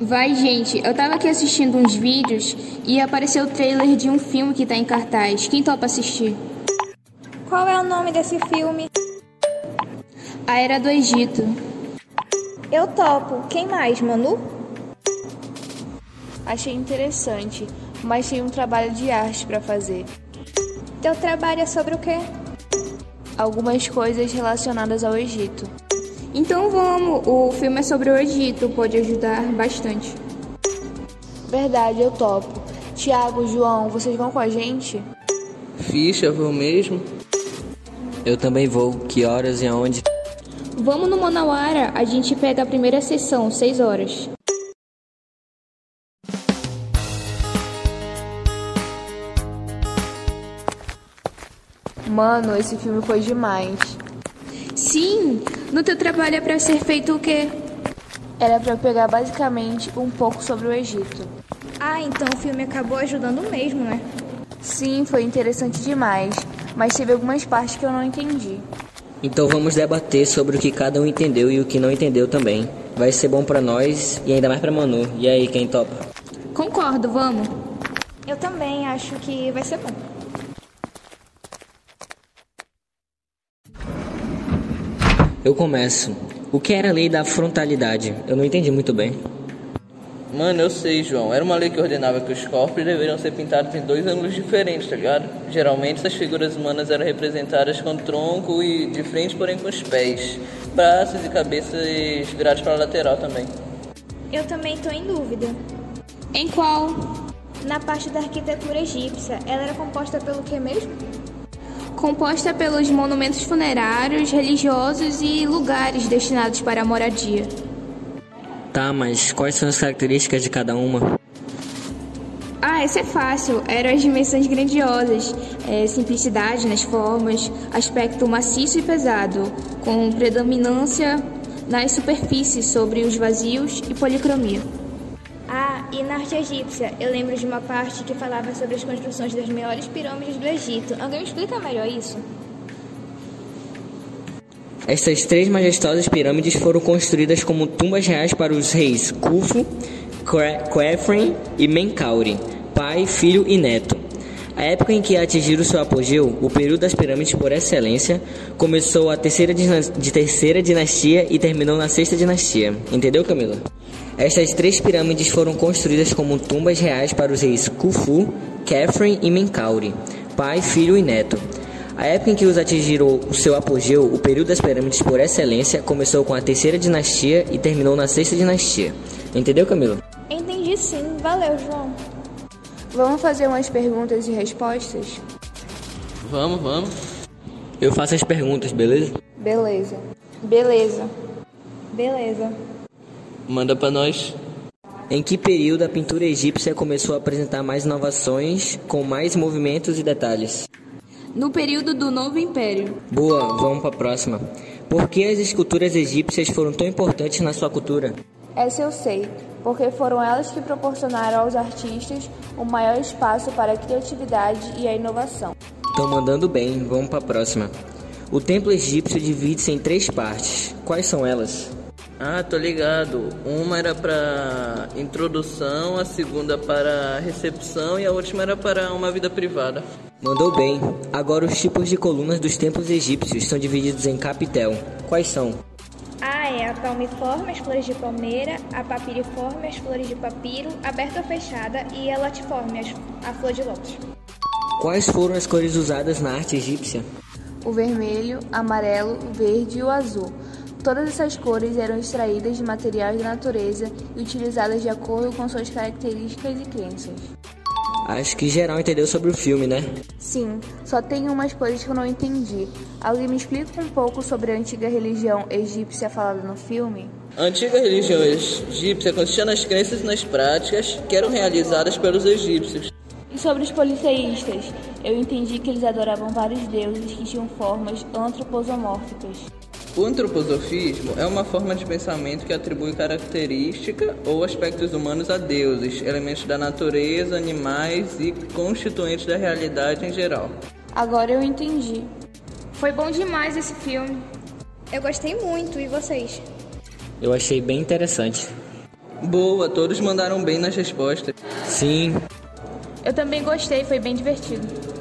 Vai, gente. Eu tava aqui assistindo uns vídeos e apareceu o trailer de um filme que tá em cartaz. Quem topa assistir? Qual é o nome desse filme? A Era do Egito. Eu topo. Quem mais, Manu? Achei interessante, mas tem um trabalho de arte para fazer. Teu trabalho é sobre o quê? Algumas coisas relacionadas ao Egito. Então vamos, o filme é sobre o Egito, pode ajudar bastante. Verdade, eu topo. Tiago, João, vocês vão com a gente? Ficha, vou mesmo. Eu também vou. Que horas e aonde? Vamos no Manauara, a gente pega a primeira sessão, 6 horas. Mano, esse filme foi demais. Sim, no teu trabalho é para ser feito o quê? Era para pegar basicamente um pouco sobre o Egito. Ah, então o filme acabou ajudando mesmo, né? Sim, foi interessante demais, mas teve algumas partes que eu não entendi. Então vamos debater sobre o que cada um entendeu e o que não entendeu também. Vai ser bom para nós e ainda mais para Manu. E aí, quem topa? Concordo, vamos. Eu também acho que vai ser bom. Eu começo. O que era a lei da frontalidade? Eu não entendi muito bem. Mano, eu sei, João. Era uma lei que ordenava que os corpos deveriam ser pintados em dois ângulos diferentes, tá ligado? Geralmente essas figuras humanas eram representadas com tronco e de frente, porém com os pés, braços e cabeças virados para a lateral também. Eu também tô em dúvida. Em qual? Na parte da arquitetura egípcia, ela era composta pelo que mesmo? composta pelos monumentos funerários, religiosos e lugares destinados para a moradia. Tá, mas quais são as características de cada uma? Ah, essa é fácil. Eram as dimensões grandiosas, é, simplicidade nas formas, aspecto maciço e pesado, com predominância nas superfícies sobre os vazios e policromia. Ah, e na arte egípcia, eu lembro de uma parte que falava sobre as construções das maiores pirâmides do Egito. Alguém me explica melhor isso? Estas três majestosas pirâmides foram construídas como tumbas reais para os reis Khufu, Khafre e Menkaure, pai, filho e neto. A época em que atingiram seu apogeu, o período das pirâmides por excelência, começou a terceira, de terceira dinastia e terminou na sexta dinastia. Entendeu, Camila? Estas três pirâmides foram construídas como tumbas reais para os reis Khufu, Khafre e Menkaure, pai, filho e neto. A época em que os atingiram o seu apogeu, o período das pirâmides por excelência, começou com a terceira dinastia e terminou na sexta dinastia. Entendeu, Camilo? Entendi sim. Valeu, João. Vamos fazer umas perguntas e respostas? Vamos, vamos. Eu faço as perguntas, beleza? Beleza. Beleza. Beleza. Manda para nós. Em que período a pintura egípcia começou a apresentar mais inovações, com mais movimentos e detalhes? No período do Novo Império. Boa, vamos para a próxima. Por que as esculturas egípcias foram tão importantes na sua cultura? Essa eu sei, porque foram elas que proporcionaram aos artistas o maior espaço para a criatividade e a inovação. Estão mandando bem, vamos para a próxima. O templo egípcio divide-se em três partes. Quais são elas? Ah, tô ligado. Uma era para introdução, a segunda para recepção e a última era para uma vida privada. Mandou bem. Agora os tipos de colunas dos templos egípcios são divididos em capitel. Quais são? Ah, é a palmiforme, as flores de palmeira, a papiriforme, as flores de papiro, aberta ou fechada, e a latiforme, a flor de lótus. Quais foram as cores usadas na arte egípcia? O vermelho, amarelo, verde e o azul. Todas essas cores eram extraídas de materiais da natureza e utilizadas de acordo com suas características e crenças. Acho que geral entendeu sobre o filme, né? Sim, só tem umas coisas que eu não entendi. Alguém me explica um pouco sobre a antiga religião egípcia falada no filme? A antiga religião egípcia consistia nas crenças e nas práticas que eram realizadas pelos egípcios. E sobre os politeístas? Eu entendi que eles adoravam vários deuses que tinham formas antroposomórficas. O antroposofismo é uma forma de pensamento que atribui característica ou aspectos humanos a deuses, elementos da natureza, animais e constituintes da realidade em geral. Agora eu entendi. Foi bom demais esse filme. Eu gostei muito, e vocês? Eu achei bem interessante. Boa, todos mandaram bem nas respostas. Sim, Eu também gostei, foi bem divertido.